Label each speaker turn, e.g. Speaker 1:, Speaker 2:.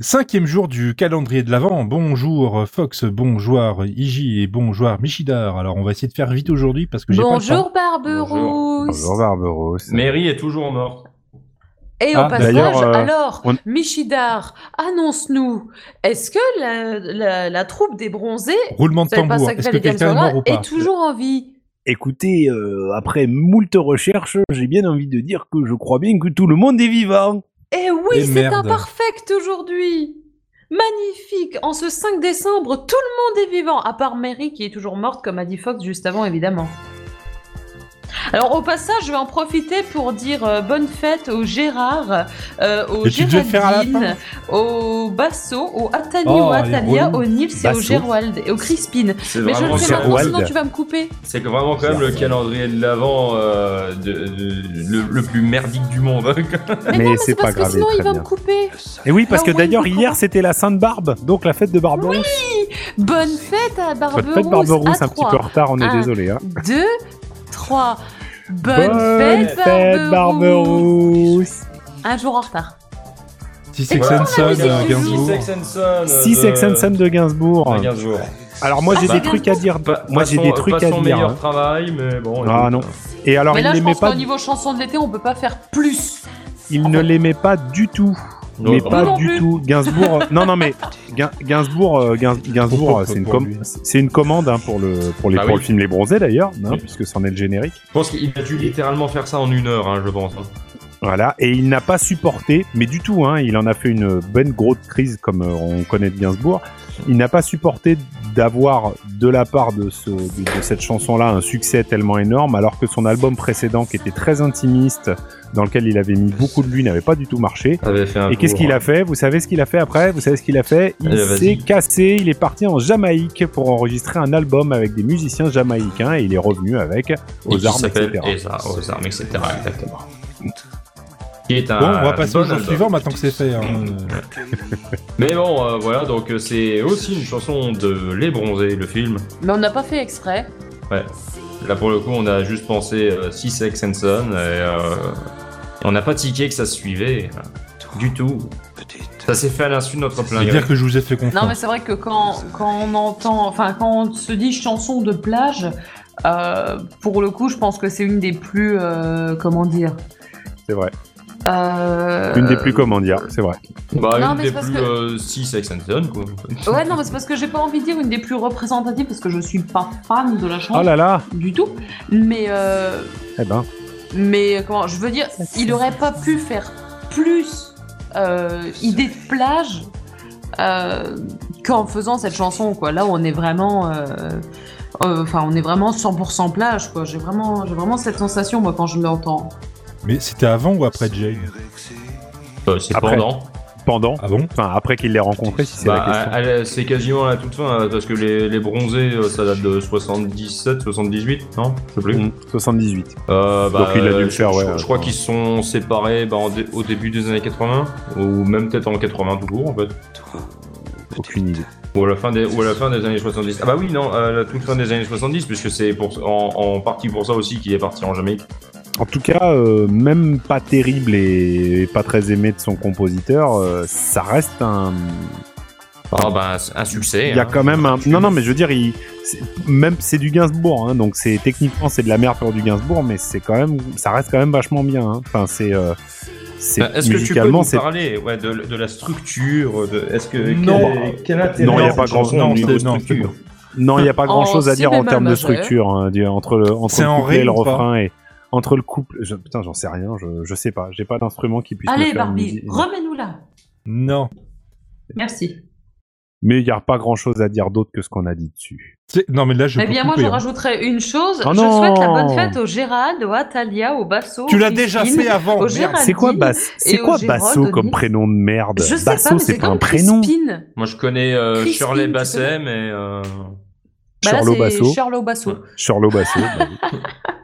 Speaker 1: Cinquième jour du calendrier de l'Avent. Bonjour Fox, bonjour Iji et bonjour Michidar. Alors on va essayer de faire vite aujourd'hui parce que j'ai pas le temps.
Speaker 2: Bonjour Barberousse
Speaker 3: Bonjour Barberos.
Speaker 4: Mary est toujours morte.
Speaker 2: Et au
Speaker 1: Ah,
Speaker 2: passage,
Speaker 3: d'ailleurs, euh,
Speaker 2: alors,
Speaker 3: on-
Speaker 2: Michidar, annonce-nous, est-ce que la, la- la troupe des bronzés,
Speaker 1: Roulement de
Speaker 2: c'est pas
Speaker 1: tambour.
Speaker 2: ça que
Speaker 1: Est-ce que
Speaker 2: fallait dire,
Speaker 1: quelqu'un est mort ou pas
Speaker 2: est toujours en vie
Speaker 3: Écoutez, euh, après moult recherches, j'ai bien envie de dire que je crois bien que tout le monde est vivant.
Speaker 2: Eh
Speaker 1: Et
Speaker 2: oui, c'est
Speaker 1: merde.
Speaker 2: imperfect aujourd'hui Magnifique En ce 5 décembre, tout le monde est vivant, à part Mary qui est toujours morte, comme a dit Fox juste avant, évidemment. Alors au passage, je vais en profiter pour dire euh, bonne fête au Gérard, euh, au
Speaker 1: Et tu devais faire à la
Speaker 2: Géraldine, au Basso, au Atani,
Speaker 1: Oh,
Speaker 2: au
Speaker 1: elle est
Speaker 2: Atalia,
Speaker 1: relou.
Speaker 2: au Nils et au
Speaker 3: Basso.
Speaker 2: Gerwald et au Crispin.
Speaker 4: C'est
Speaker 2: Mais je
Speaker 4: vraiment,
Speaker 2: le fais
Speaker 4: quand-
Speaker 2: maintenant,
Speaker 3: Gerwald.
Speaker 2: sinon tu vas me couper.
Speaker 4: c'est que vraiment quand même le calendrier de l'avant euh, de- de- le, le plus merdique du monde.
Speaker 2: Mais,
Speaker 3: Mais
Speaker 2: non, mais
Speaker 3: c'est
Speaker 2: c'est
Speaker 3: pas
Speaker 2: parce que
Speaker 3: grave,
Speaker 2: sinon
Speaker 3: très
Speaker 2: il va
Speaker 3: bien.
Speaker 2: me couper.
Speaker 3: Et oui, parce
Speaker 2: Ah
Speaker 3: que
Speaker 2: ouais,
Speaker 3: d'ailleurs,
Speaker 2: d'accord.
Speaker 3: hier, c'était la Sainte Barbe, donc la fête de Barberousse.
Speaker 2: Bonne fête à
Speaker 3: Bonne
Speaker 2: Barberousse.
Speaker 3: fête Barberousse,
Speaker 2: à
Speaker 3: un petit
Speaker 2: trois.
Speaker 3: peu en retard, on est
Speaker 2: Un,
Speaker 3: désolé. Hein.
Speaker 2: 2, 3. Bonne, fête, Barberousse
Speaker 3: Barberousse
Speaker 2: Un jour en retard.
Speaker 1: Si c'est
Speaker 2: Et
Speaker 1: que
Speaker 2: comment
Speaker 1: Sanson,
Speaker 2: la musique
Speaker 1: euh,
Speaker 2: du
Speaker 1: Gainsbourg.
Speaker 4: Six Sex and Son. euh,
Speaker 3: Six Sex and Son de Gainsbourg.
Speaker 4: Gainsbourg.
Speaker 3: Alors moi, j'ai
Speaker 2: Ah, c'est
Speaker 3: des trucs à dire. Moi, j'ai des trucs
Speaker 4: pas
Speaker 3: à
Speaker 4: son
Speaker 3: dire.
Speaker 4: meilleur
Speaker 3: hein.
Speaker 4: travail, mais bon.
Speaker 3: Ah
Speaker 4: écoute,
Speaker 3: non.
Speaker 4: euh,
Speaker 3: Et alors,
Speaker 2: Mais
Speaker 3: il
Speaker 2: là, je
Speaker 3: n'aimait
Speaker 2: pense
Speaker 3: pas,
Speaker 2: qu'au niveau chanson de l'été, on peut pas faire plus.
Speaker 3: il ne l'aimait pas du tout.
Speaker 4: Non,
Speaker 3: mais
Speaker 4: non,
Speaker 3: pas
Speaker 2: non
Speaker 3: du
Speaker 2: plus.
Speaker 3: tout. Gainsbourg. euh, non, non, mais Gain- Gainsbourg, euh, Gain- Gainsbourg, euh, c'est une, com- c'est une commande hein, pour le pour, les,
Speaker 4: Bah
Speaker 3: pour
Speaker 4: oui.
Speaker 3: le film Les Bronzés d'ailleurs, hein,
Speaker 4: Oui.
Speaker 3: puisque c'en est le générique.
Speaker 4: Je pense qu'il a dû littéralement faire ça en une heure, hein, je pense.
Speaker 3: Voilà. Et il n'a pas supporté, mais du tout. Hein, il en a fait une bonne grosse crise comme euh, on connaît de Gainsbourg. Il n'a pas supporté d'avoir de la part de, ce, de, de cette chanson-là un succès tellement énorme, alors que son album précédent, qui était très intimiste, dans lequel il avait mis beaucoup de lui, n'avait pas du tout marché.
Speaker 4: Ça avait fait un
Speaker 3: Et qu'est-ce
Speaker 4: tour,
Speaker 3: qu'il
Speaker 4: hein.
Speaker 3: a fait Vous savez ce qu'il a fait après Vous savez ce qu'il a fait Il
Speaker 4: Allez, Eh, vas-y.
Speaker 3: s'est cassé, il est parti en Jamaïque pour enregistrer un album avec des musiciens jamaïcains et il est revenu avec
Speaker 4: Et
Speaker 3: aux
Speaker 4: qui
Speaker 3: armes,
Speaker 4: s'appelle-
Speaker 3: etc.
Speaker 4: Et ça, aux armes, etc. Exactement. Qui est un.
Speaker 1: Bon, on va passer au
Speaker 4: bon
Speaker 1: jour
Speaker 4: album.
Speaker 1: suivant maintenant que c'est fait. hein.
Speaker 4: Mais bon, euh, voilà, donc euh, c'est aussi une chanson de Les Bronzés, le film.
Speaker 2: Mais on n'a pas fait exprès.
Speaker 4: Là, pour le coup, on a juste pensé euh, Six Sex and Son, et, euh, et on n'a pas tiqué que ça se suivait. euh, Du tout. Ça s'est fait à l'insu de notre
Speaker 1: Je
Speaker 4: plein
Speaker 1: veux
Speaker 4: gré.
Speaker 1: dire que je vous ai fait
Speaker 2: Non, mais
Speaker 1: confiance.
Speaker 2: c'est vrai que quand, quand on entend, enfin, quand on se dit chanson de plage, euh, pour le coup, je pense que c'est une des plus, euh, comment dire,
Speaker 3: C'est vrai.
Speaker 2: euh,
Speaker 3: Une des plus comment dire, c'est vrai.
Speaker 4: Bah,
Speaker 2: Non,
Speaker 4: une
Speaker 2: mais
Speaker 4: des
Speaker 2: c'est parce
Speaker 4: plus
Speaker 2: que-
Speaker 4: euh, Six Sex and Son, quoi.
Speaker 2: Ouais, non, mais c'est parce que j'ai pas envie de dire une des plus représentatives, parce que je suis pas fan de la chanson
Speaker 3: Oh là là
Speaker 2: du tout. Mais euh,
Speaker 3: Eh ben,
Speaker 2: Mais euh, comment je veux dire, il aurait pas pu faire plus euh, idée de plage euh, qu'en faisant cette chanson quoi. Là, on est vraiment, euh, euh, enfin, on est vraiment 100% plage quoi. J'ai vraiment, j'ai vraiment cette sensation moi quand je l'entends.
Speaker 1: Mais c'était avant ou après Jane
Speaker 4: Euh, c'est
Speaker 3: Après,
Speaker 4: pendant.
Speaker 3: pendant,
Speaker 1: Ah bon
Speaker 3: enfin après qu'il l'ait rencontré, si c'est
Speaker 4: Bah,
Speaker 3: la question.
Speaker 4: à- à la- c'est quasiment à la toute fin, euh, parce que les, les bronzés, euh, ça date de 77, 78, non Je sais plus.
Speaker 3: Mmh, 78.
Speaker 4: Euh, bah,
Speaker 3: Donc, il a dû le
Speaker 4: euh,
Speaker 3: faire,
Speaker 4: je,
Speaker 3: ouais,
Speaker 4: je- je
Speaker 3: ouais.
Speaker 4: crois qu'ils se sont séparés bah, en dé- au début des années 80, ou même peut-être en 80 tout court, en fait.
Speaker 3: Aucune idée.
Speaker 4: Ou à la fin des, ou à la fin des années 70. Ah bah oui, non, à la toute fin des années 70, puisque c'est pour, en, en partie pour ça aussi qu'il est parti en Jamaïque.
Speaker 3: En tout cas, euh, même pas terrible et pas très aimé de son compositeur, euh, ça reste un,
Speaker 4: Ah bah, c'est un succès.
Speaker 3: Il y a
Speaker 4: hein.
Speaker 3: quand même un. Non, non, mais je veux dire, il... c'est- même c'est du Gainsbourg, hein, donc c'est techniquement c'est de la merde pour du Gainsbourg, mais c'est quand même, ça reste quand même vachement bien. hein. Enfin, c'est, euh, c'est
Speaker 4: Bah, Est-ce que tu peux
Speaker 3: musicalement,
Speaker 4: nous
Speaker 3: c'est.
Speaker 4: parler ouais, de, de la structure de, Est-ce que
Speaker 1: Non.
Speaker 4: Euh, quel, quel intérêt
Speaker 3: Non, il y a
Speaker 4: cette
Speaker 3: pas grand-
Speaker 4: chanson
Speaker 1: non,
Speaker 4: au niveau
Speaker 1: c'est-
Speaker 4: de
Speaker 1: non, c'est
Speaker 4: structure
Speaker 1: bon.
Speaker 3: Non, il n'y a pas grand
Speaker 2: En
Speaker 3: chose
Speaker 2: bah,
Speaker 3: à
Speaker 2: si
Speaker 3: dire en
Speaker 2: bémol
Speaker 3: termes de
Speaker 2: majeur.
Speaker 3: structure hein, du- entre le entre
Speaker 1: C'est
Speaker 3: le
Speaker 1: en
Speaker 3: couplet et
Speaker 1: ré
Speaker 3: le
Speaker 1: ou pas
Speaker 3: refrain et entre le couple. je- Putain, j'en sais rien, je, je sais pas, j'ai pas d'instrument qui puisse. me
Speaker 2: Allez
Speaker 3: faire une
Speaker 2: Barbie,
Speaker 3: musique.
Speaker 2: remets-nous là.
Speaker 1: Non.
Speaker 2: Merci.
Speaker 3: Mais il n'y a pas grand chose à dire d'autre que ce qu'on a dit dessus.
Speaker 1: C'est- Non, mais là, je
Speaker 2: Eh
Speaker 1: peux
Speaker 2: bien moi,
Speaker 1: couper,
Speaker 2: je
Speaker 1: hein.
Speaker 2: rajouterais une chose.
Speaker 3: Oh
Speaker 2: je
Speaker 3: non
Speaker 2: souhaite la bonne fête au Gérald, au Atalia, au Basso.
Speaker 1: Tu
Speaker 2: au
Speaker 1: l'as
Speaker 2: Christine.
Speaker 1: déjà fait avant.
Speaker 2: au
Speaker 1: merde.
Speaker 2: Gérard-
Speaker 3: C'est quoi
Speaker 2: Nadine
Speaker 3: Bass C'est
Speaker 2: et
Speaker 3: quoi
Speaker 2: Ogero
Speaker 3: Basso
Speaker 2: de
Speaker 3: comme
Speaker 2: Nice.
Speaker 3: prénom de merde
Speaker 2: Je sais pas,
Speaker 3: Basso,
Speaker 2: mais
Speaker 3: c'est pas un
Speaker 2: comme
Speaker 3: prénom.
Speaker 2: Crispin.
Speaker 4: Moi, je connais euh,
Speaker 2: Christine,
Speaker 4: Shirley
Speaker 2: tu
Speaker 4: Basset, mais. euh,
Speaker 2: Bah là,
Speaker 3: Charlot
Speaker 2: c'est
Speaker 3: Basso.
Speaker 2: Charlot Basso.
Speaker 3: Charlot Basso. bah oui.